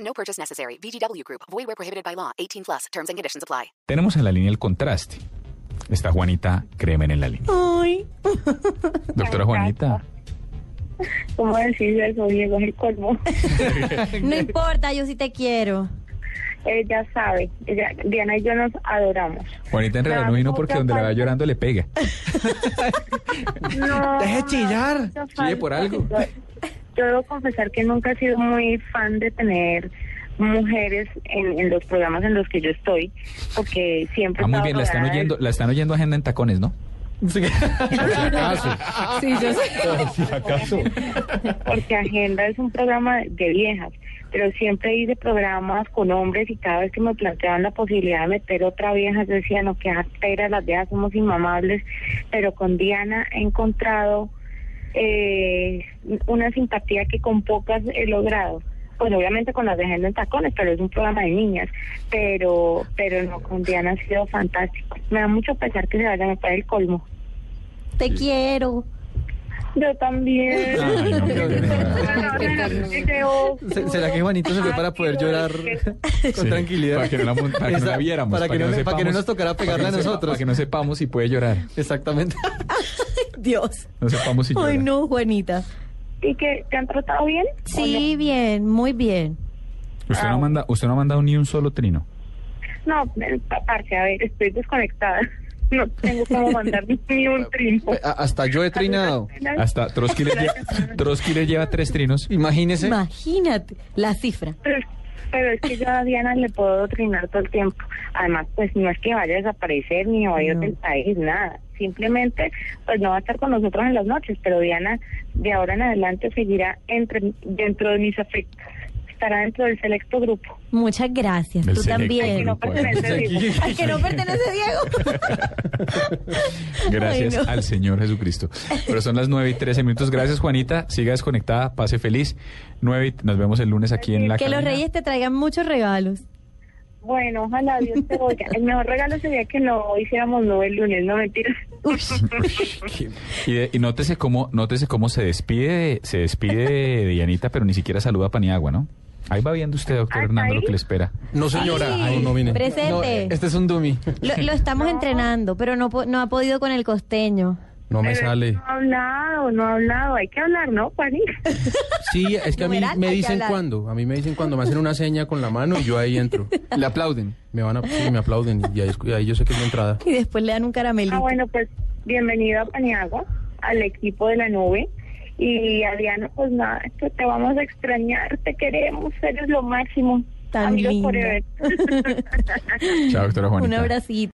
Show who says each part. Speaker 1: No purchase necessary. VGW Group. Void where prohibited by law. 18 plus. Terms and conditions apply.
Speaker 2: Tenemos en la línea el contraste. Está Juanita Kremen en la línea.
Speaker 3: Ay,
Speaker 2: Doctora Juanita,
Speaker 3: ¿cómo decís eso, Diego? Es el colmo.
Speaker 4: No importa, yo sí te quiero.
Speaker 3: Ella eh, sabe, ella, Diana y yo nos adoramos.
Speaker 2: Juanita en realidad no vino porque donde la va llorando le pega.
Speaker 3: No,
Speaker 5: Deje chillar.
Speaker 3: mucha
Speaker 2: Chille
Speaker 3: falta.
Speaker 2: por algo.
Speaker 3: Yo, yo debo confesar que nunca he sido muy fan de tener mujeres en, en los programas en los que yo estoy, porque siempre...
Speaker 2: Ah, muy
Speaker 3: estaba
Speaker 2: bien, la están
Speaker 3: rodeada de-
Speaker 2: oyendo, la están oyendo agenda en tacones, ¿no?
Speaker 4: Sí, yo
Speaker 3: Porque Agenda es un programa de viejas, pero siempre hice programas con hombres y cada vez que me planteaban la posibilidad de meter otra vieja, yo decía, no, qué artera, las viejas somos inmamables, pero con Diana he encontrado eh, una simpatía que con pocas he logrado. Pues obviamente con las de Agenda en Tacones, pero es un programa de niñas, pero pero no, con Diana ha sido fantástico. Me da mucho pesar que se vayan a para el colmo.
Speaker 4: te quiero.
Speaker 3: Yo también.
Speaker 2: Ay, no, qué
Speaker 5: Se- ¿Será que Juanito se fue para poder llorar con
Speaker 2: Sí,
Speaker 5: tranquilidad?
Speaker 2: Para que no la, mon- para que no
Speaker 5: Esa-
Speaker 2: la viéramos.
Speaker 5: Para que, no, le- para que no
Speaker 2: sepamos-
Speaker 5: nos tocara
Speaker 2: para que
Speaker 5: pegarla a
Speaker 2: no sepa-
Speaker 5: nosotros.
Speaker 2: Para que no sepamos si puede llorar.
Speaker 5: Exactamente.
Speaker 4: Dios.
Speaker 2: No sepamos si llora.
Speaker 4: Ay, no, Juanita.
Speaker 3: ¿Y que te han tratado bien?
Speaker 4: Sí, bien, muy bien.
Speaker 2: Usted no, manda, usted no ha mandado ni un solo trino.
Speaker 3: No, eh, pa- parce, a ver, estoy desconectada. No tengo cómo mandar ni un trinco.
Speaker 5: A- Hasta yo he trinado.
Speaker 2: Hasta Trotsky le, lle- Trotsky le lleva tres trinos.
Speaker 5: Imagínese.
Speaker 4: Imagínate la cifra.
Speaker 3: Pero, pero es que yo a Diana le puedo trinar todo el tiempo. Además, pues no es que vaya a desaparecer ni vaya a ir
Speaker 4: No.
Speaker 3: del país, nada. Simplemente, pues no va a estar con nosotros en las noches, pero Diana de ahora en adelante seguirá entre, dentro de mis afectos. Estará dentro del selecto grupo.
Speaker 4: Muchas gracias.
Speaker 2: El
Speaker 4: Tú
Speaker 2: selecto
Speaker 3: Que
Speaker 4: también.
Speaker 3: no
Speaker 2: grupo.
Speaker 3: pertenece
Speaker 5: Aquí.
Speaker 3: Diego.
Speaker 4: Al que no pertenece Diego.
Speaker 2: Gracias
Speaker 4: Ay, no.
Speaker 2: al Señor Jesucristo. Pero son las 9 y 13 minutos. Gracias, Juanita. Siga desconectada. Pase feliz. 9 y- nos vemos el lunes aquí en la
Speaker 4: Que los
Speaker 2: cabina.
Speaker 4: reyes te traigan muchos regalos.
Speaker 3: Bueno, ojalá Dios te oiga. El mejor regalo sería que no hiciéramos no el lunes, no mentiras.
Speaker 2: Y, de- y nótese cómo, nótese cómo se despide, de- se despide de Dianita, pero ni siquiera saluda a Paniagua, ¿no? Ahí va viendo usted, doctor
Speaker 3: ¿Ah,
Speaker 2: Hernando, lo
Speaker 3: ahí?
Speaker 2: que le espera.
Speaker 5: No, señora.
Speaker 4: Sí,
Speaker 5: No, no vine.
Speaker 4: presente.
Speaker 5: No, este es un dummy.
Speaker 4: Lo, lo estamos entrenando, pero no, po- no ha podido con el costeño.
Speaker 5: No me
Speaker 3: Pero
Speaker 5: sale.
Speaker 3: No ha hablado, no ha hablado. Hay que hablar, ¿no, Pani?
Speaker 6: Sí, es que a mí
Speaker 4: Numeral,
Speaker 6: me
Speaker 4: hay que
Speaker 6: dicen
Speaker 4: hablar.
Speaker 6: cuando, a mí me dicen cuando me hacen una seña con la mano y yo ahí entro.
Speaker 5: Le aplauden.
Speaker 6: Me van a, sí, me aplauden y ahí, es- y ahí yo sé que es mi entrada.
Speaker 4: Y después le dan un caramelito.
Speaker 3: Ah, bueno, pues bienvenido a Paniagua, al equipo de la nube. Y a Diana, pues nada, que te vamos a extrañar, te queremos, eres lo máximo.
Speaker 4: Tan
Speaker 3: Amigos
Speaker 4: linda.
Speaker 3: forever.
Speaker 2: Chao, doctora Juanita.
Speaker 4: Un abracito.